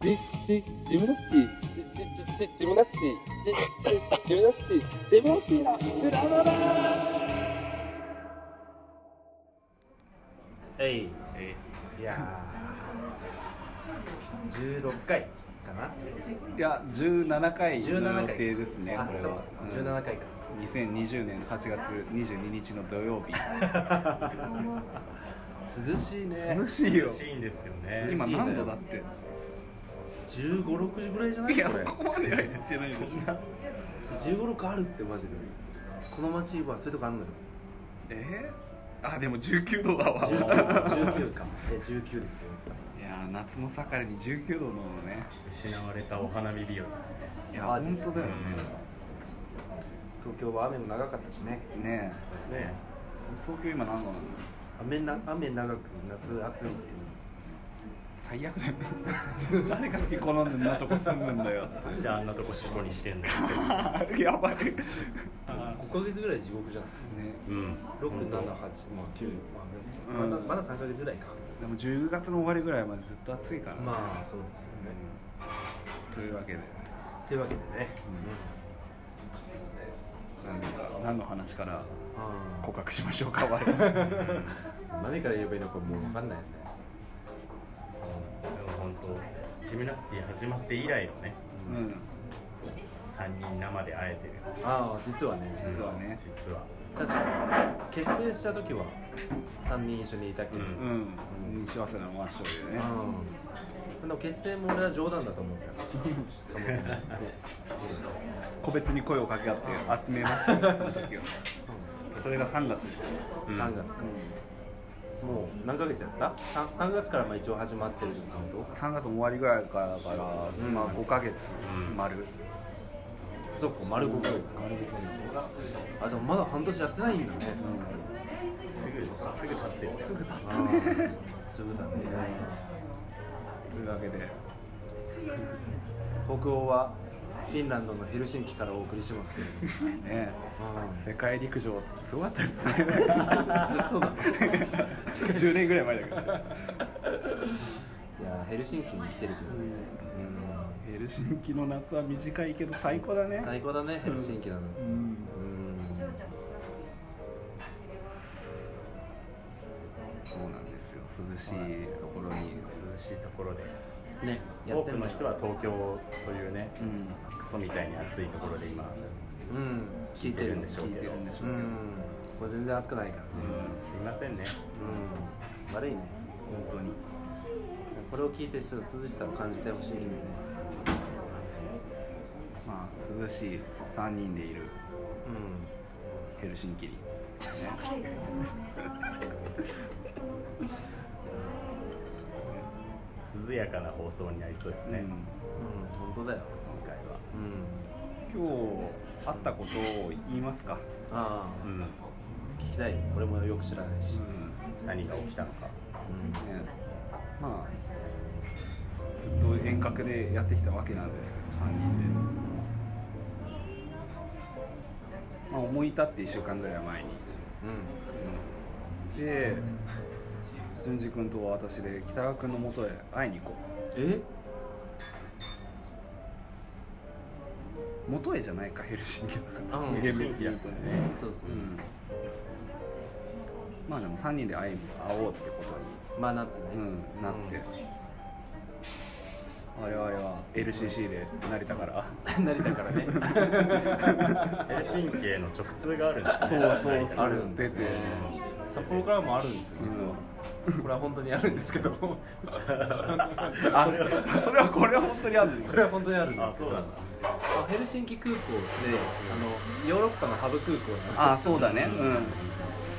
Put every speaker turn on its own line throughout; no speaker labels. ジジジムナスティジジジジジムナスティジジジムナスティジムナスティの裏側
えい
え
いやー16回かない
や17回の
17
予
回
定ですね
あ
これ
そう
は
か、
うん
17回か
2020年8月22日の土曜日
涼しいね
涼しいよ
いんですよね
今何度だって
1 5六6時ぐらいじゃない
いや
こ
そ
れ
こまでは言ってないでしょ
1 5六6あるってマジでこの街はそういうとこあんのよ
えー、あでも19度だわ
19, 19かえ19ですよ
いやー夏の盛りに19度のね
失われたお花見日和ですね
いや
あ
本当だよ
東京は雨も長かったしね
ねねえ
ね
東京今何度なの
雨な雨長く夏暑いっていう
最悪だよ 誰が好き好んでんなとこ住むんだよ
なんであんなとこしこにしてんのよ
や ばい
5ヶ月ぐらい地獄じゃん
ね
う
678
ん
まあ9まあ、
うん
まだまだ3ヶ月ぐらいか
でも10月の終わりぐらいまでずっと暑いからね、
まあそうですよね
というわけで
というわけでね、
なんですか何の話から
あ
告白しましょうか我々
あ何から言えばいいのかもう分かんないよね
でも本当ジムナスティ始まって以来のね
うん
3人生で会えてる
ああ実はね
実はね
実は
確かに結成した時は3人一緒にいたけど、
う
うん
ん
うん西早稲田のワッショイでね
でも結成も俺は冗談だと思うんですよそもそも
個別に声をかけ合って集めましたよその時はそれが3月ですよ
うん
3月か、もう何ヶ月やった 3, 3月からまあ一応始まってるけどそのと
3月の終わりぐらいからだから、
ん
まあ5ヶ月
うん
丸、
そっか丸5ヶ月か、あでもまだ半年やってないんだね、
すぐすぐ経つよねすぐ経
あーすぐだね
というわけで
北欧はフィンランドのヘルシンキからお送りしますけど
ね
あ
世界陸上すごかったですね
ーそうだ
10年ぐらい前だけどさ
いやヘルシンキに来てるけど、ね
ヘルシンキの夏は短いけど最高だね
最高だねヘルシンキなの
うん
うん
そうなんですよ涼しいところに
涼しいところで
ね
多くの人
は
は東京というね
うん
クソみたいに暑いところで今
うん聞いてるんでしょ
聞いてるんでしょうけ
う
ど、うん
んこれ全然暑くないからね
すいませんね
うん悪いね
本当に
これを聞いてちょっと涼しさを感じてほしいね
まあ涼しい3人でいる
う
ヘルシンキに
涼やかな放送になりそうですね、
うん
んうん本当だよ
今回は
うん
今日あったことを言いますか、
ああ
うん
聞きたい俺もよく知らないし、
何が起きたのか
うん
ね、まあずっと遠隔でやってきたわけなんですけど3人で、まあ、思い立って1週間ぐらい前に、
う
うんで淳二君と私で北川君のもとへ会いに行こ
ん、え
う元へじゃないかヘルシンキだから
うん
厳密に言うとね
そうそうう、
んまあでも3人で会い会おうってこと
まあなってね、
に、うん、なって、我々は LCC で成田から、
成田からね
ヘルシンキへの直通があるんだね
あるんだ
出
ね
て、
札幌からもあるんですよ実は、これは本当にあるんです けどこ
あそれはこれは本当にある
れは本当にあるんですけど
あそうなんだ
あヘルシンキ空港ってあのヨーロッパのハブ空港なんで
あそうだね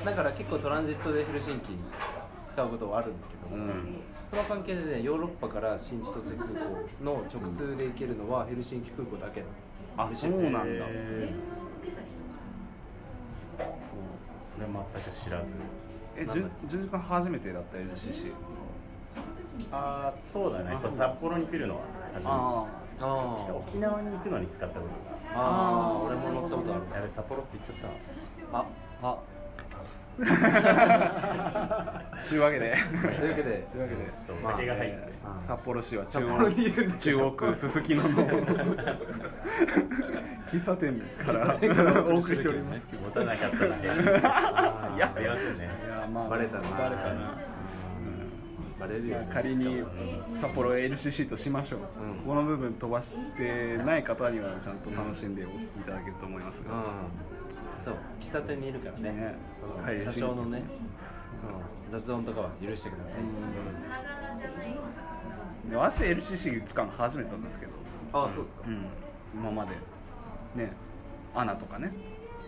だから結構トランジットでヘルシンキ使うことはあるんだけ
う
ど、
ん、うん、
その関係でねヨーロッパから新千歳空港の直通で行けるのはヘルシンキ空港だけな
あ
の
そうなんだ、
え
そう
ーそれは全く知らず
えじゅ10時間初めてだった LCC
ああそうだねやっぱ札幌に来るのは初め
あ
て
あ
沖縄に行くのに使ったこと
あああ俺も乗ったことある
がやべ札幌って言っちゃった
ああ
というわけで
というわけで、というわけで、
ちょっとお酒が入って、
まあ
札幌市は中
札幌にいる
央
んだけど
中央区すすき のの喫茶店からお送りしておりますけど
持たなかった だけ。あー
いや
すいませんね。
いやまあ
バレたな
バレたな
バレ
うん
る
い
よ
や。仮に札幌 LCC としましょう、
ん
ここの部分飛ばしてない方にはちゃんと楽しんでお聞きいただけると思います
うん
が、。
そう、喫茶店にいるからね。
ね
そう
はい
多少のね、そう雑音とかは許してください。
で私 LCC 使うの初めてなんですけど、
ああ、そうですか
う。ん、今までねアナとかね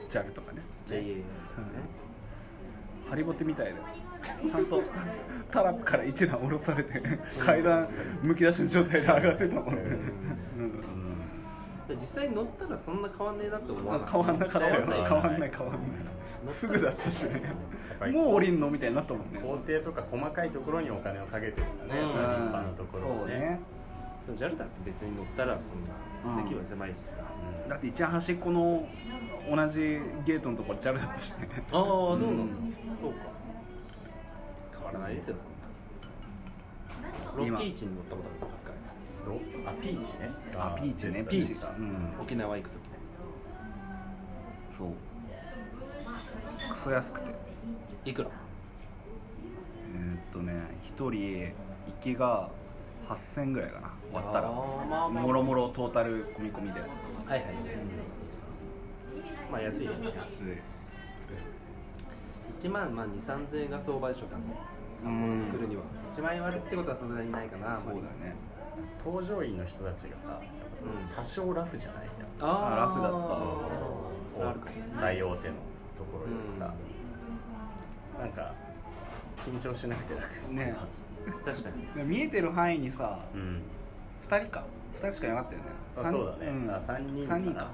JAL とかね
JA ね。
ハリボテみたいでちゃんと タラップから一段下ろされて階段むき出しの状態で上がってたもんね、
で実際に乗ったらそんな変わんねえなって思
う
わ
ん
ない。
変わんなかったよ
変わんない
変わんない変わんないすぐだったしねもう降りんのみたいになったもんね
工程とか細かいところにお金をかけてるんだね。
うん
立派なところ
そ
を
う
ね。
ね
ジャルだって別に乗ったらそんな席は狭いしさ。
だって一番端っこの同じゲートのとこ JAL だったしね
ああ、そうな
う
の
ん。
そうか。変わらないですよ。そんなロ
今
ッキーチに乗ったことある一回。
ロあピーチね。
あピーチね
出てた
ピーチ
出てた
うん
沖縄行くときね。
そうクソ安くて
いくら？
えーっとね一人行きが8000ぐらいかな終わった
あ
ら
ーまあまあ
もろもろトータル込み込みで
はいはい。まあ安いよね。
安い
一万まあ二三千円が相場でしょ多分。
うん
来るには。一万円割るってことはさすがにないかな。
そうだね
搭乗員の人たちがさ、
うん
多少ラフじゃないやっぱ
ああ
ラフだった
そうあるかも。
最大手のところよりさ、なんか緊張しなくて楽
ね
確かに。
でも見えてる範囲にさ
うん
2人か2人しかいなかったよね
あ
三
そうだね、
ん
あ3人かな
三人か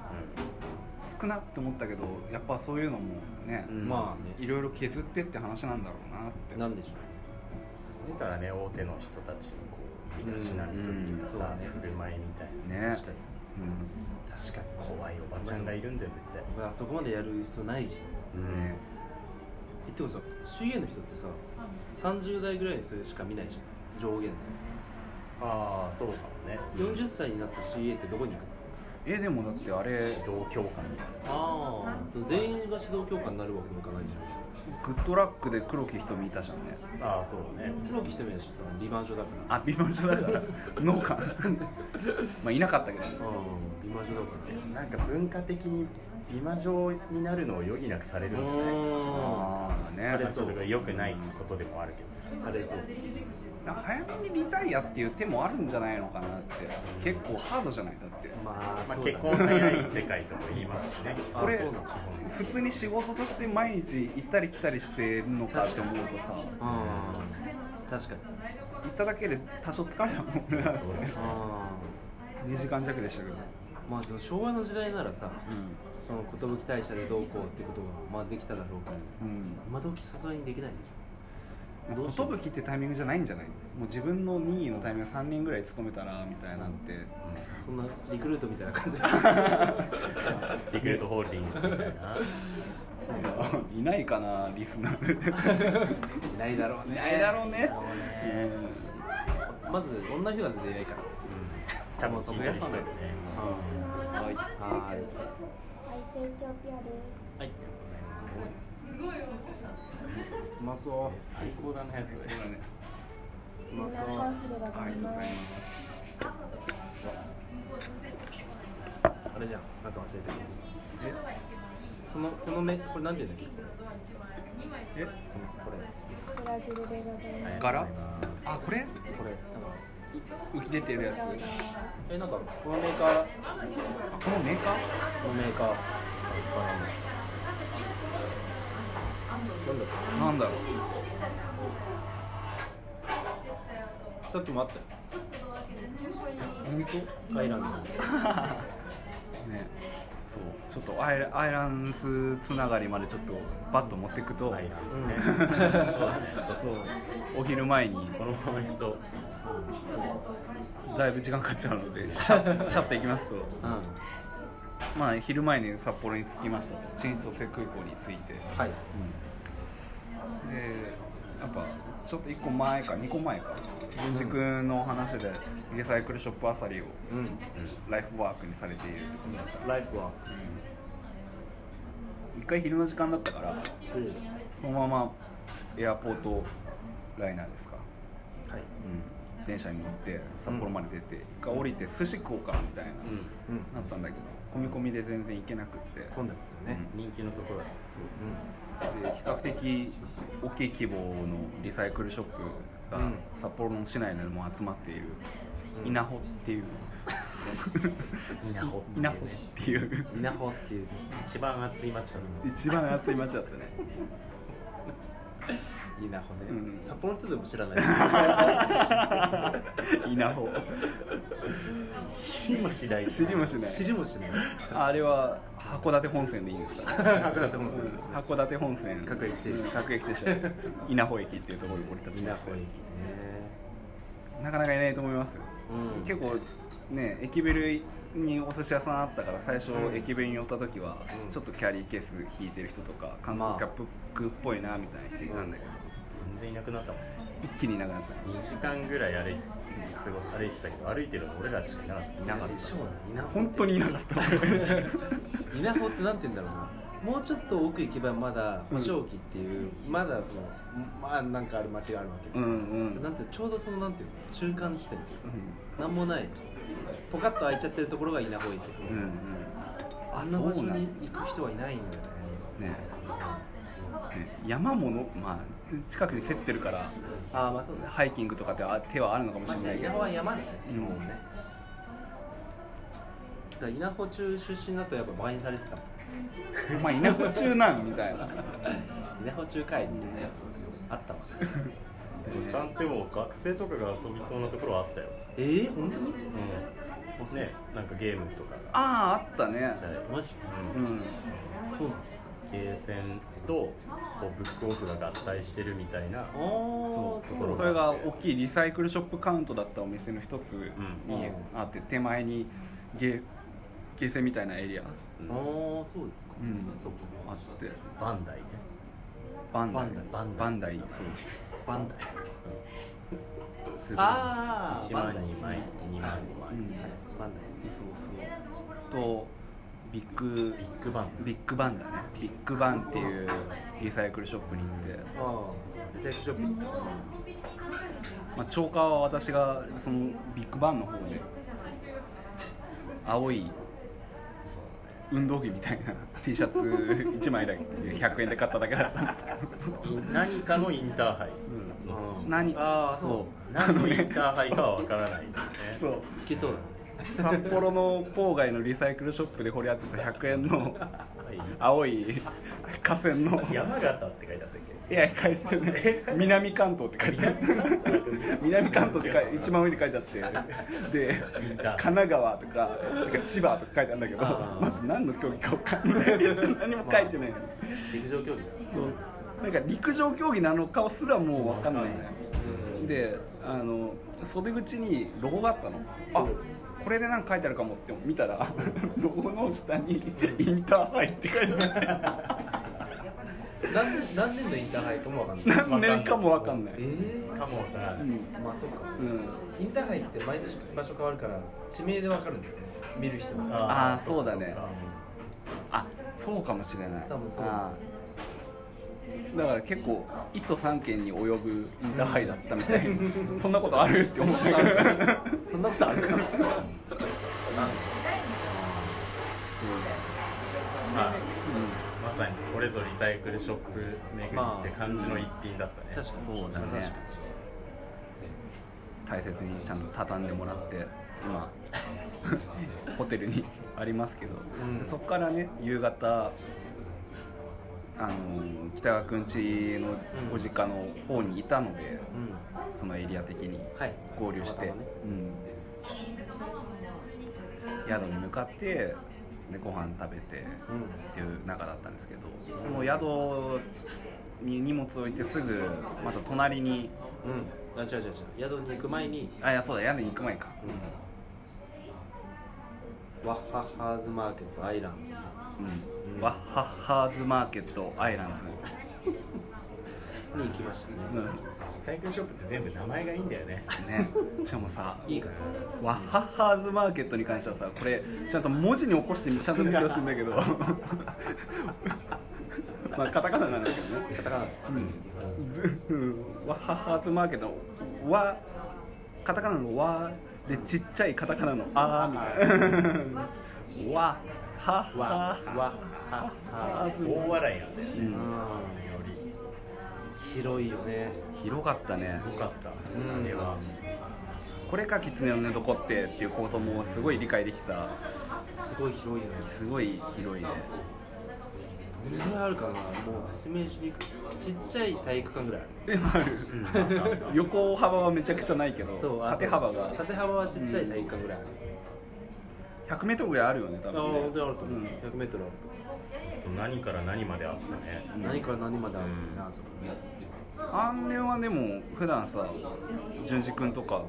少なって思ったけどやっぱそういうのもね、
うん
まあね
いろいろ削ってって話なんだろうなって
なんでしょ
うんすごいからね大手の人たちのこう身だしなみというかさ、
うんうんそうね。
振る舞いみたいう
ね
確かに。
う
確かに。
な怖いおばちゃんがいるんだよ絶対
まあそこまでやる必要ないし。
うん
ね
えでもさ、CA の人ってさ、三十代ぐらいの人しか見ないじゃん。上限
ああそうかもね
の。四十歳になった CA ってどこに行くの？
えでもだってあれ
指導教官みたいな
ああ。全員が指導教官になるわけにいかないじゃ
グ
ん。
ッドラックで黒木瞳いたじゃんね
ああそうだね
黒木ひとみはちょっとリバンショだから。
あ美魔女だ から農家まあいなかったけどね
ああ、リバンショだからね。
なんか文化的に美魔女になるのを余儀なくされるんじゃない
あ
ああね
それちょっと良くないことでもあるけどさ
あ、あれそう。
なんか早めにリタイアっていう手もあるんじゃないのかなって結構ハードじゃないだって
ま
まあ、
そうだね
結婚早い世界とも言いますしね
あ
これ
そうなの
普通に仕事として毎日行ったり来たりしてるのかって思うとさ
ああ、確かに。
行っただけで多少疲れたもんね
そうそう
あ
2時間弱でしたけど
あ、まあでも昭和の時代ならさ、
う
その寿大社でどうこうってことがまあできただろうけど、
ん
今時さすがにできないでしどうし
寿
よう
ってタイミングじゃないんじゃないもう自分の任意のタイミング3年ぐらい勤めたらみたいなんて
ょ。そんなリクルートみたいな感じ。
リクルートホールディングスみたいな
いないかなリスナー
いないだろう
い
ね。
ないだろうね
まず女人が出ていないから。
多分聞いたりしてるね
はい
はーい。
はい、成長ピアです。
はい。うまそ
え最高だねそれ
う。うま
皆
そう
さ。ん、でご
あ
ざ
りがと
い
うございま
ます。
す
あれじゃん、なんか忘れてる。え、そのこの目、これなんていうんだっけ？
え
これ、
ブラジルでございます。
柄あこれ
これ、なんか、
浮き出てるやつ
どうぞ。
え、なんかこのメーカー、
あこのメーカー
このメーカー、な
なん
んだ
だろう
っけさっきもあったよ。
本当
アイランド。
ねそうちょっとアイラアイランスつながりまでちょっとバッと持っていくと、
はい
うん。
そうお昼前に
このまま行くと
だいぶ時間かかっちゃうのでシャッシ ャッと行きますと
うん。
まあ昼前に札幌に着きましたと新千歳空港に着いて、
はい。
でやっぱちょっと1個前か2個前か純次君の話でリサイクルショップあさりを
うん
ライフワークにされているってことだったら
ライフは
一回昼の時間だったから
うんはい
そのままエアポートライナーですか、うん、電車に乗って札幌まで出て、一回降りて寿司食おうかみたいな、
う
なっ
ん
たんだけど込み込みで全然行けなくって
混んでますよね
人気のところだ
で比較的大きい規模のリサイクルショップが
うん
札幌の市内でも集まっている
うん
稲穂っていう
稲穂っていう
稲穂って
ね
いう
うん稲穂っていう
一番熱い街だと思う
一番熱い町だったね
稲穂ね
うん
札幌の人でも知らない
稲穂
知りもしない
知りもしない
知りもしない
あれは函館本線でいいんですか、
函館本線ですね
函館本線
各駅停車
うん各駅停車です稲穂駅っていうところに降り立ち
稲
まして
穂駅ね
なかなかいないと思いますよ、
うん
結構ね駅ビルにお寿司屋さんあったから最初
うん
駅ビルに寄った時は、
うん
ちょっとキャリーケース引いてる人とか観
まあ
光客っぽいなみたいな人いたんだけど、
全然いなくなったもんね
一気にいなくなった
2時間ぐらい歩い過ご歩いてたけど歩いてるの俺らしかいなかった
いなかった
でしょうね稲穂
本当にいなかった
稲穂ってなんて言うんだろうなもうちょっと奥行けばまだ
うん
保証期っていう、まだそのまあなんかある街があるわけ
うんうん、うん
なんてちょうどそのなんていうの中間地点なんもないポカッと開いちゃってるところが稲穂駅、
うんうん
あんな場所
そうなん
に行く人はいないんだよね
ねね山もの、まあ、近くに競ってるから
ああまあそうだね
ハイキングとかってあ手はあるのかもし
まあ、
れ
じゃ
な
あ
いけど、
稲穂は山ね
うん
基本ね、だから稲穂中出身だとやっぱ馬鹿にされてたもん
お前稲穂中なんみたいな
稲穂中会みたいなやつあったわ
ちゃんともう学生とかが遊びそうなところはあったよ、
ええ本当に
うん、ねなんかゲームとかが
あああったね
じゃあ
マジ
う
うん
ん
そうなの
ゲーセンとこうブックオフが合体してるみたいな
あー
そう
そう
ところ
それが大きいリサイクルショップカウントだったお店の一つに
うん
あって手前にゲゲーセンみたいなエリア
ああーそうですか、
うん
そうか
あって
バンダイね
バンダイ
バンダイ
バンダイそう
バンダイ
で
あ
1
バ
万
ンダイ
2枚2万2枚、
うん
バンダイ
そうそうとビッグ
ビッグバン
ビッグバンだねビッグバンっていうリサイクルショップに行って、
ああリサイクルショップ行った
まあ、超過は私がそのビッグバンの方で青い運動着みたいな T シャツ1枚だけ100円で買っただけだったんですけど
何かのインターハイの
うん
何
ああ
そ
そう
何のインターハイかは分からないんだよね
そう
う好きそうだね
札幌の郊外のリサイクルショップで掘り当てた100円の
はい
青い河川の
山形って書いてあったっけ
いや書いてね南関東って書いてあって南関東って書い一番上に書いてあってで神奈川とかなんか千葉とか書いてあるんだけど
あー
まず何の競技か分かんない何も書いてない
陸上競技だ
そうなんか陸上競技なのかすらもう分かんないんだよであの袖口にロゴがあったのあこれで何か書いてあるかもって見たら ロゴの下 に「インターハイ」って書いてあっ
何年何年のインターハイかもわかん
て
な い
何年かも分かんない、
ええ
かもわからない、
うん
まあそうか
うん
インターハイって毎年場所変わるから地名でわかるんだよね見る人が
あー
ー
そうだね
っか
あそうかもしれない
多分そう
あーだから結構1都3県に及ぶインターハイだったみたい な、そんなことあるって思ったけど
そんなことあるかな
まあまさにこれぞリサイクルショップ巡りって感じの一品だったね、
確かに
そうだね
確かに
大切にちゃんと畳んでもらって 今ホテルにありますけど、
うん
そこからね夕方あの北川くん家のご実家の方にいたので、
うん
そのエリア的に
はい
合流して、
たまたまね
うん、宿に向かってでご飯食べてっていう中だったんですけどその宿に荷物置いてすぐまた隣に
うんあ違う違う違う宿に行く前に
あいやそうだ宿に行く前か、
ワッハッハーズマーケットアイラン
う
ド
んワッハッハーズマーケットアイランズ
に行きましたね
リサイクルショップって全部名前がいいんだよね
ね、しかもさ
いいかな
ワッハッハーズマーケットに関してはさこれちゃんと文字に起こしてちゃんと見てほしいんだ けどまあカタカナなんですけどね
カタカナ
ずうんワッハッハーズマーケットワカタカナのワでちっちゃいカタカナのあーみたいなワッハッハ
わわ
ーハーズ
大笑いなんだよ
う
うんん
より
広いよね
広かったね
すごかった、
ん
あれは
これか狐の寝床ってっていう構造もすごい理解できた
すごい広いよね
すごい広いね
どれぐらいあるかなもう説明しにくいちっちゃい体育館ぐらいある
でもある横幅はめちゃくちゃないけど
そうあ
縦幅が
縦幅はちっちゃい体育館ぐらいある、
100メートルぐらいあるよね多
ああ
分
本
ね
当にあると思う、
うん
100m あると思う
何から何まであったね
何から何まであるな、
うん
そこね
あんれはでも普段さ淳二君とか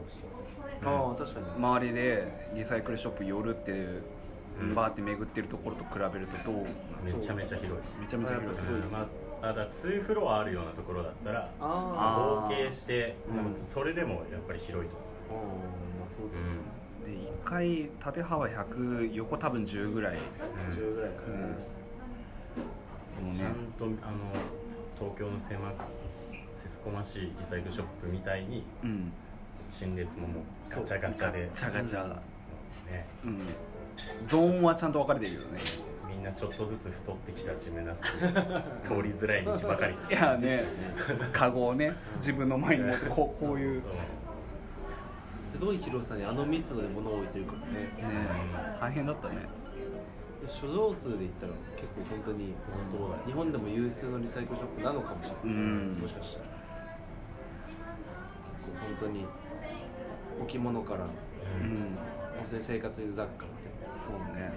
ああ確かに、
周りでリサイクルショップ寄るって
うん
バーって巡ってるところと比べるとどう
めちゃめちゃ広い
めちゃめちゃ広い
うんまあ、だから2フロアあるようなところだったら
あ
あー
あ
合計して、
うん
でもそれでもやっぱり広いと思います
そうまあそうだね、
う
で1回縦幅100横多分10ぐらい
ん
10ぐらいかな、
うんでも
ち
ね
ゃんとあの東京の狭くせすこましいリサイクルショップみたいに
うん
陳列ももうガチャガチャで、
ガチャガチャ
ね、
うんゾーンはちゃんと分かれてるけどね
みんなちょっとずつ太ってきた地目指す通りづらい道ばかりでし
い
た
やねカゴをね自分の前に持ってこうこういう
う
すごい広さにあの密度で物を置いてるからね
ね大変だったね
所蔵数で言ったら結構本当に
当だよ
日本でも有数のリサイクルショップなのかもしれない、
うん
もしかしたら結構本当に置物から
うんん
温泉生活雑貨ま
そうね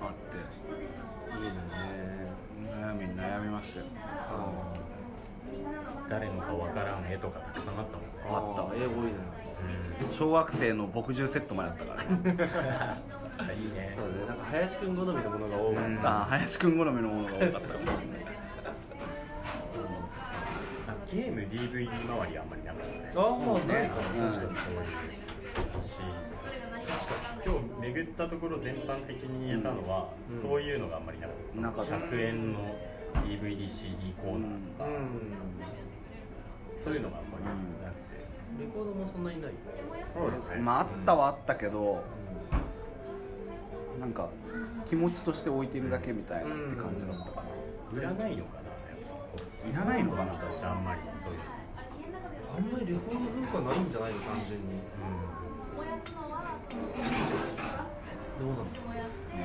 あっ
でいいのよね
て悩みに悩みましたよ
あ
誰のかわからん絵とかたくさんあったもんね、
ああった絵多いのよ
小学生の墨汁セットまであったから ね
うんいいね
そうだねなんか林くん好みのものが多かっ
うん
あー林くん好みのものが多かったかも
あゲーム DVD 周りあんまりなかったね
た、ああもうないか
う
なん確かに
そういう欲しいとか今日巡ったところ全般的にやったのは、
うん
そういうのがあんまりなかった
なかった
100円の DVDCD コーナーとか、そういうのがあんまりなくて、
レコードもそんなにないよ
そうだ
まああったはあったけどなんか気持ちとして置いてるだけみたいなって感じだったか
いらないのかなやっぱ
いらないのかな
子供たちあんまりそういう、
あんまりレコード文化ないんじゃないの単純に
なね
どうなんだろう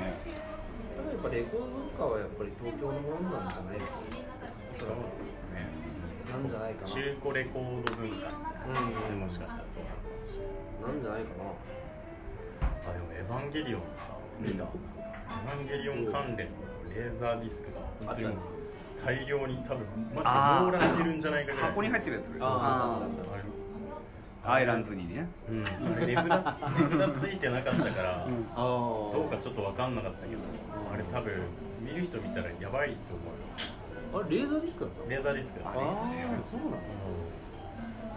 やっぱレコード文化はやっぱり東京のものなんじゃないおそ
そう
らく
ね
なんじゃないかな
中古レコード文化みたいな、
うん
もしかしたらそうなのかもしれない
なんじゃないかな
あでも「エヴァンゲリオン」さ見た、エヴァンゲリオン関連のレーザーディスクが本当にもう大量に多分マジ
あー
で網羅してるんじゃないかぐらい
箱に入ってるやつ
あー
あ
ア
れ
イランズにね
うんあれ値札値札ついてなかったか
あ
ら、
あ
どうかちょっと分かんなかったけどあれ多分見る人見たらやばいと思う
あれレーザーディスクだった
よレーザーディスクだ
あ
ね
ーそうなの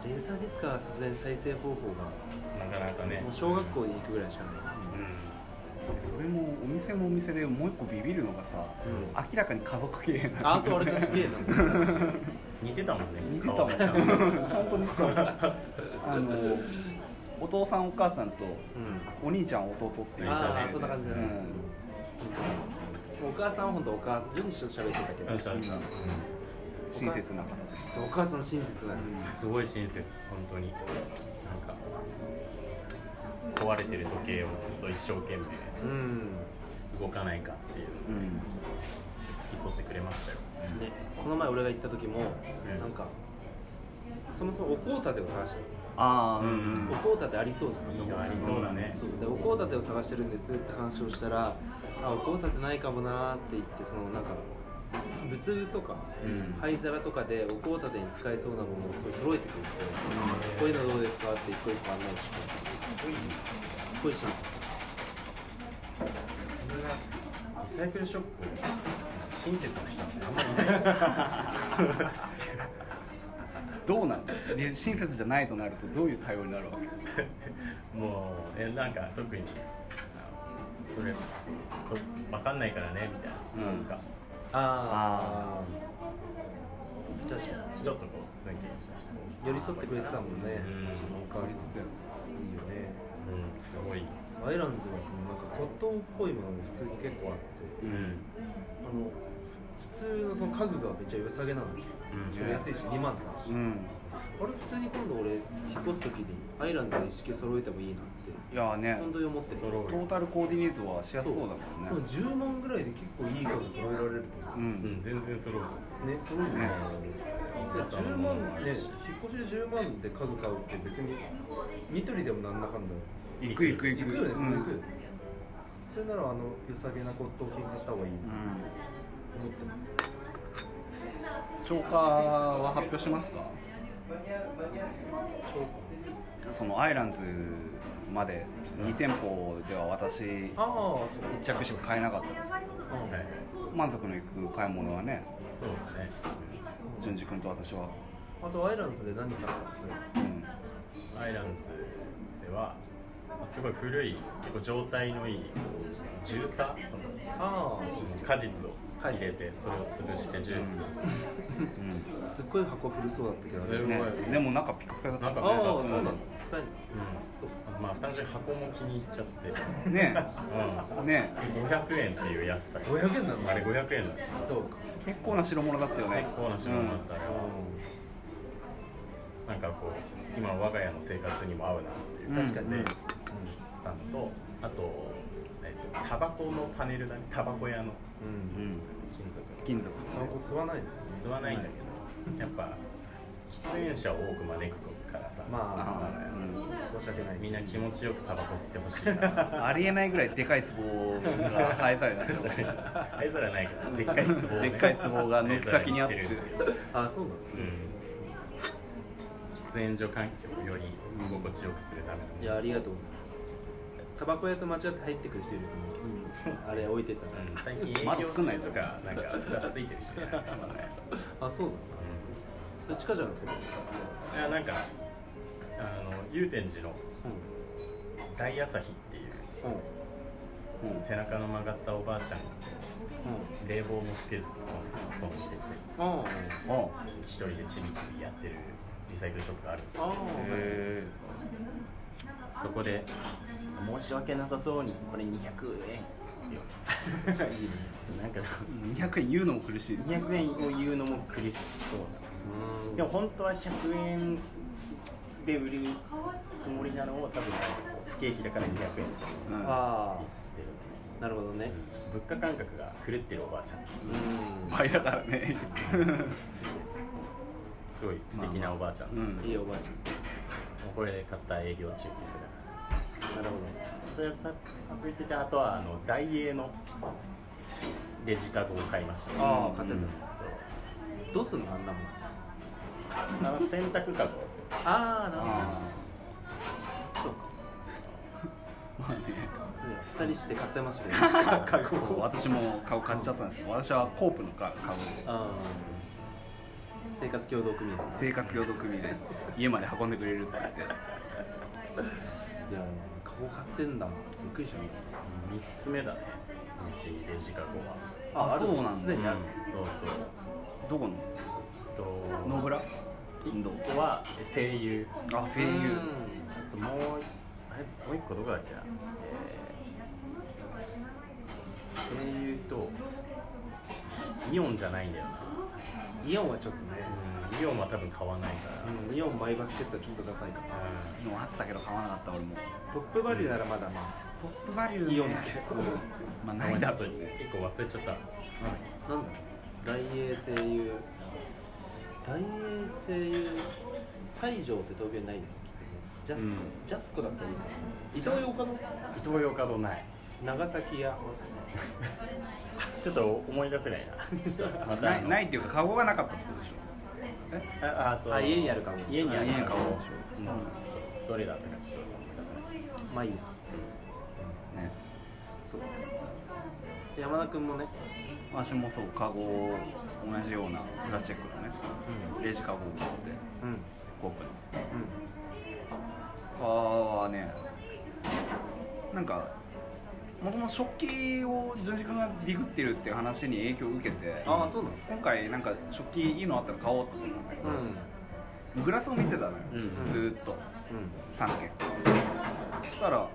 レーザーディスクはさすがに再生方法
なかなかね
がもう小学校に行くぐらいしかない
うん
それもお店もお店でもう一個ビビるのがさ、
うん
明らかに家族系なんだよね
あそうあれ家族 系なんだ
似てたもんね
似てたもんち
顔が
ゃ
ちゃんと
んと似てたもんあのお父さんお母さんと
うん
お兄ちゃん弟っていう
あ
感
あ
じ
そんな感じだね、お母さんは本当お母さんよしと喋ってたけど
よっしゃよっしゃ
親切な方です
そうお母さん親切だね、
すごい親切本当になんか壊れてる時計をずっと一生懸命
うん
動かないかっていう
う
のを
ん
付き添ってくれましたよ
ね、この前俺が行った時も、
うん
なんかそもそもおこうたてを探して
ああうん
おこうたてありそうじゃん
いい
こ
のありそうだね
そうでおこうたてを探してるんですって話をしたら「あおこうたてないかもな」って言ってそのなんか仏具とか、
うん
灰皿とかでおこうたてに使えそうなものをそう揃えてくれて「こういうのどうですか?」って一個一個案内してこいいしたんですよ
そんなリサイクルショップを知親切な人ってあんまりいないです
どうなので親切じゃないとなるとどういう対応になるわけ
もうえなんか特にあそれこわかんないからねみたいな,、
うん
なんか
ああ確か
ちょっとこうツンケンした人
に寄り添ってくれてたもんね
うん
おかわりつついいよね
うんすごい
アイランズはそのなんか骨董っぽいものも普通に結構あって
うんうん
あの普通のその家具がめっちゃ良さげなの安いし2万とかだし
うん
あれ普通に今度俺引っ越す時にアイランズの一式揃えてもいいなって
いやーね
本当に思ってる
揃
ト
う
ータルコーディネートはしやすそうだも
で
ん
も
ね
10万ぐらいで結構いい家具揃えられると思
う
うんん全然揃うと思う
うねそう
ね
です10万ね引っ越しで10万で家具買うって別にニトリでもなんだかんだ
行く行く行
行
く
くよね
う
そ
んう
れ行
ん
くよねそれならあの良さげな骨董品買った方がいいなと思ってます
超過は発表しますかそのアイランズまで2店舗では私一
ああ
着しか買えなかったんですけ
そう
はい
ど満足のいく買い物はね
そうだね
淳二君と私は、
あそうアイランズで何買ったのそれ
うん、
アイランズではまあすごい古い結構状態のいいジューサーその
あ
果実を入れてそれを潰してジュースを作る
あすっごい箱古そうだったけど
すごい
ね
ね、でもなんかピカピカだっ
なん
あ
か
あ
ねなんか
そうなんだ使える
うんまあ単純に箱も気に入っちゃって
たね
う
ね
ん500円っていう安さ
500円なの
あれ500円だっ
そうか
結構な代物だったよ
た
ね
結構な品物だったら、なんかこう今の我が家の生活にも合うなっていう
うん
確かに
う
ね
ん
たのとあとえっとタバコのパネルだねタバコ屋の
う
うんん、
金属の
金属
タバコ吸わないの
吸わないんだけどやっぱ喫煙者を多く招くからさ、
ま
あ
あ
あ申し訳ない
みんな気持ちよくタバコ吸ってほしい な
ありえないぐらいでかい壺が返されたんですよ
あいつらないからでっかい壺をね
でっかい壺が軒先にあって
灰皿してるんですよ
あそうなの
うん喫煙所環境をより居心地よくするための
いやありがとうございますタバコ屋と間違って入ってくる人いると思うあれ置いてたら
うん最近営業中とかなんか蓋ついてるしねなんかね
あそうなのそっちかじゃなくて
うんいやなんかあの祐天寺の
う
大朝日っていうん
うん
うん
背中の曲がったおばあちゃんが冷房もつけずこのこの季節
うんあ
うん
一人でちびちびやってるリサイクルショップがあるんですよ
あ
へ
そこで申し訳なさそうにこれ200円よなんか
え200円言うのも苦しい
200円を言うのも苦しそう
う
なんでも本当は100円で売るつもりなのを多分不景気だから200円って
うん
あ
言ってる
あなるほどね
ちょっと物価感覚が狂ってるおばあちゃん
う
倍だからね
すごい 素敵なおばあちゃん、
う
もうん
んいいおばあち
これで買った営業中っていうか
ゃんなるほど
それさ言っててあとはあのダイエーのデジカゴを買いました
ああ買ってたね
そう
どうすんのあんなもん
あの洗濯カゴ
ああなるほ
あ
どそうか
あまあね
二人して買ってまし たけど
カゴ私も顔買っちゃったんですけど私はコープのカカゴで
ああ生活協同組合
生活協同組合家まで運んでくれるって言って
いやカゴ買ってんだびっくりしたね
3つ目だねうちレジカゴは
あ
る
そうなんだ
すでにある
そうそう
どこの
えっと
ノーブラ
一個は声優
あ声優
あともうあれもう一個どこだっけな、えー、声優とイオンじゃないんだよな、
うんイオンはちょっとね
イオンは多分買わないから、
うんイオンマイバスケットはちょっとダサいかな
う
のあったけど買わなかった俺も
トップバリューならまだま
トップバリュー
あ
ね
イオンだけど
まあ
ん、
ないん
ちょ
だ
っと
ろ
一
うね
個忘れちゃった
なんだ大英声優大英声優西条って東京にないのジャスコ、
うん
ジャスコだったらいいかな伊東洋華の
伊東洋華堂ない
長崎屋
ちょっと思い出せないなちょっとまた
ないないいっていうかカゴがなかったってことでし
ああそう
あ家にあるかも
家にある
あ家にある
か
か
も
も
うんちょっとどれだったかちょっと思い出せない
まあいいや
ょね
そう山田君もね、
私もそうカゴ同じようなプラスチックのねレジカゴを買って
うんうん、
コープのあはねなんかもともと食器を純次君がディグってるっていう話に影響を受けて
ああそうな
今回なんか食器いいのあったら買おうと思ったんだけど
の、うん
グラスを見てたのよ、
う
ず
ん
ーっと
うん
3軒そしたら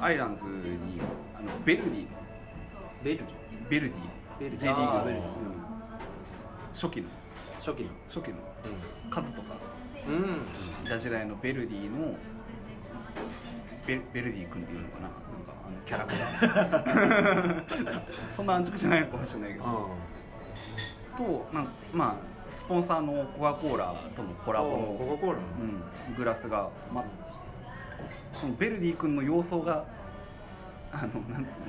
アイランズにあのベルディの
ベル
ベルデ
ベル
ィ
ディ
J リー
あー
グ
ベ
の、
ル
う
ディ
ん初期の
初期の
初期の数とか
うん、うん、
ジャジライのベルディのベベルディ君っていうのかななんかあのキャラクター そんな安直じゃないのかもしれないけどとなんかまあスポンサーのコカ・コーラとのコラボの
コカ・コーラの
うん、グラスが、ま、そのベルディ君の様相があのなんつうの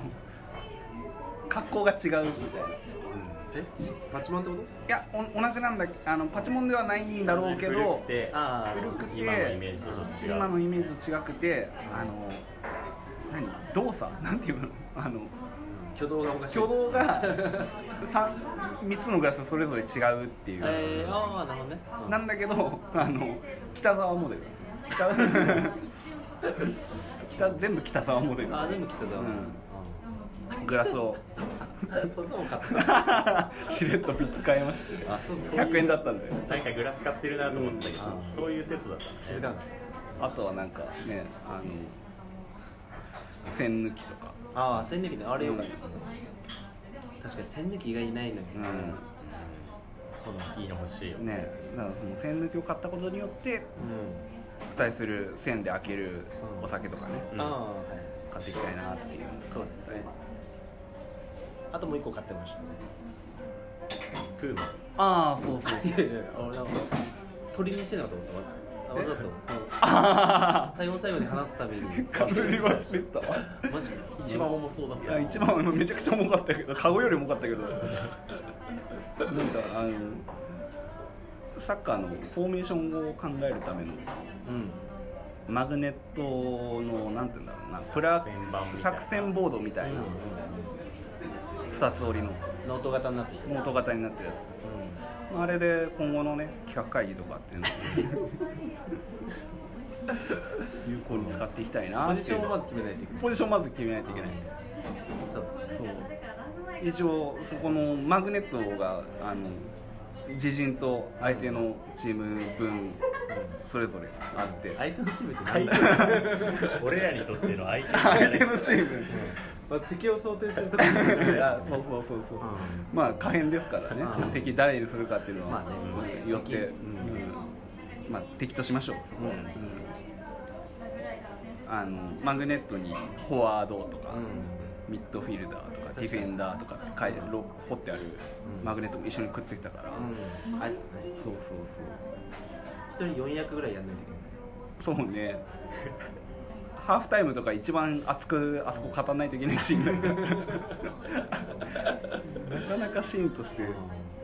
格好が違うみたいですい
えパチモンってこと
やお同じなんだあのパチモンではないんだろうけ
古
ど
くて
あ
古くて
今のイメージとちょっと違う
今のイメージと違くてあの何動作なんていうのあの
挙動がおかしい
挙動が 3, 3つのグラスそれぞれ違うっていう、
えー、ああなるほどね
な
うん
だけどあの北沢モデル北 北全部北沢モデル
んあー全部来ただ、
う
うんん、
グラス を
そんなもん買っ
しれっとピッツ買いまして
たあそうそう
100円だったんで
なんかグラス買ってるなと思ってたけど
うん
そういうセットだったんです
気づ
ね
かない
あとはなんかねあの栓抜きとか
ああ栓抜きねあれよかった、確かに栓抜きがいないのに、
うん
そうだ
いいの欲しいよ
ねだからその栓抜きを買ったことによって
う
付帯する栓で開けるお酒とかね
ん、ああはい
買っていきたいなっていう
そうですねあともう一個買ってましたね
プーマ
ああそうそう
い やいや俺なんか鳥にしてなかと思ったわわざとその最後の最後に話すた めに
かすり忘れたわ
マジか
一番重そうだっ
い
た
や一番あのめちゃくちゃ重かったけどカゴより重かったけどなんかあのサッカーのフォーメーションを考えるための
うん
マグネットのなんて言うんだろうなプラ
作戦盤みたいな
作戦ボードみたいな2つ折りの
ノート型になってる
ノート型になってるやつあれで今後のね企画会議とかっていうのを有効に使っていきたいな
ポ
っ
ジ
て
シ
い
ョ
う
ンをまず決めないといけない
ポジションをまず決めないといけない
そう
そう一応そこのマグネットがあの自陣と相手のチーム分それぞれあって
相手のチームって何
相
だ
手俺らにとっての相手
相手のチーム
まあ敵を想定するときにじゃない
い やそうそうそうそう、まあ可変ですからね
うん
敵誰にするかっていうのは
まあね
よって、
敵
うんまあ敵としましょうそこは、
うん
うんあのマグネットにフォワードとか、
う
ミッドフィルダーとかディ
かに
フェンダーとかって書いてろ彫ってあるマグネットも一緒にくっついてたから、
ん、うん、あれですね
そう
一人4役ぐらいやんないといけない
そうそうそうね ハーフタイムとか一番熱くあそこ語らないといけないシーンだからなかなかシーンとして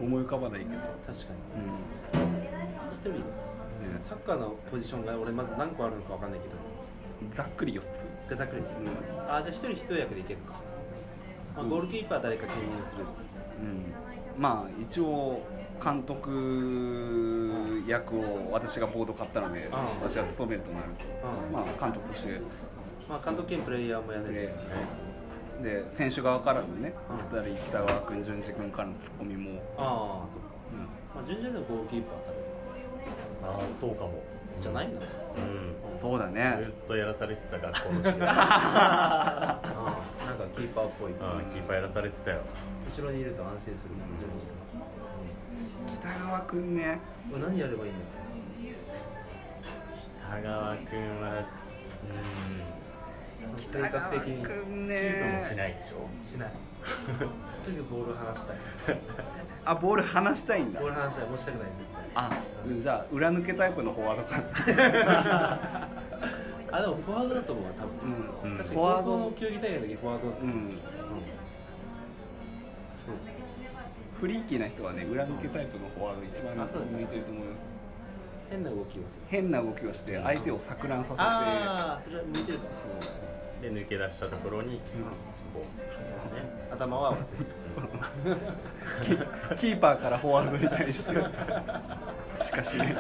思い浮かばないけど、
確か
う
に
んね
一人サッカーのポジションが俺まず何個あるのかわかんないけど
ざっくり4つ、
ざっくりです
うん
あじゃあ一人一役でいけるか、まあ、ゴールキーパー誰か兼任する、
うんまあ一応監督役を私がボード買ったので
ん
私は務めるとなる
う
と
ん
まあ監督として
まあ、監督兼プレイヤーもやれ
プ
る
レーで選手側からのね
うん
2人北川君淳二君からのツッコミも、
ああそっか、まあ、順々でゴールキーパーか
ああそうかも
じゃないの
うん
うんそうだ
ず
ね
っとやらされてた学校の授業 うん
ああなんかキーパーっぽい、
キーパーやらされてたよ
後ろにいると安心する順
北川君ね
々が何やればいいんだろ
北川君は
う性格的
君
に
うんキープ
ね
もしないでしょ
しないすぐボール離したい
あボール離したいんだ
ボール離したい持ちたくない絶対
あじゃあ裏抜けタイプのフォワードか
あでもフォワードだと思うわ多分、
う
うん
確かに
フォワー
高
ド
校の球技大会の時フォワードだっ
ん、
た
うん、フリーキーな人はね裏抜けタイプのフォワード一番
あそうだね
向いてると思います
変な動きをする
変な動きをして相手を錯乱させて
あそれは向いてるかも
そう
で抜け出したところにこうね
頭は
キ ーパーからフォワードに対して しかしない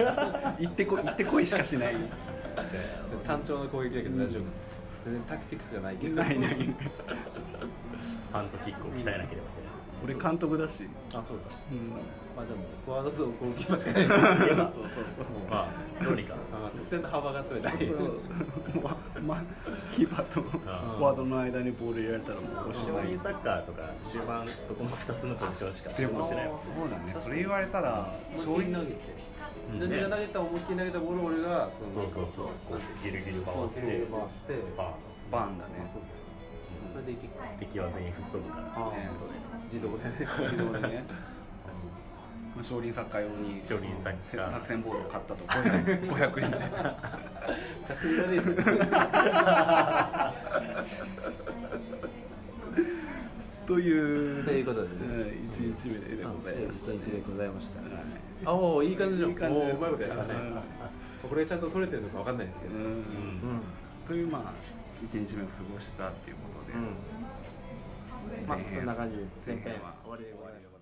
行ってこ行ってこいしかしない
単調な攻撃だけど大丈夫、全然タクティクスがないけど
ないない
パンとキックを鍛えなければいけないです
俺監督だし、
あそうだ
うん、
まあでもフォワードと攻撃はしかないそうそうそうまあ
まあどうにか
あ直線の幅が取れない
そうわまキーパーとフォワードの間にボール入れられたらもうおし
シ
ま
マ
い
リンサッカーとか終盤そこの2つのポジションしか仕
でも
事し
そう
な
だ
い
ね
もんね
それ言われたら
思いっきり投げて
うん
自分が投げた思いっきり投げたボールを俺が
そうそうそうこうギルギル回
そう
っ
そ
て
う回って
バ
バーンだね
それでいけ
ーン敵は全員吹っ飛ぶから
あ
ね
あ自動でね
自動でねまあ少林サッカー用に
少林サッカー
作戦ボールを買ったと500 500円で
先いらねえじゃん
という
ということでね
1日目でございました
一日でございましたあおいい感じじゃん
いい感じです
おーうまいことやったねこれちゃんと取れてるのかわかんないですけ
う
ど
ん
うん
うん
というまあ1日目を過ごしたっていうことで、
まあそんな感じです
前
前
編
編
は
は終わりでございます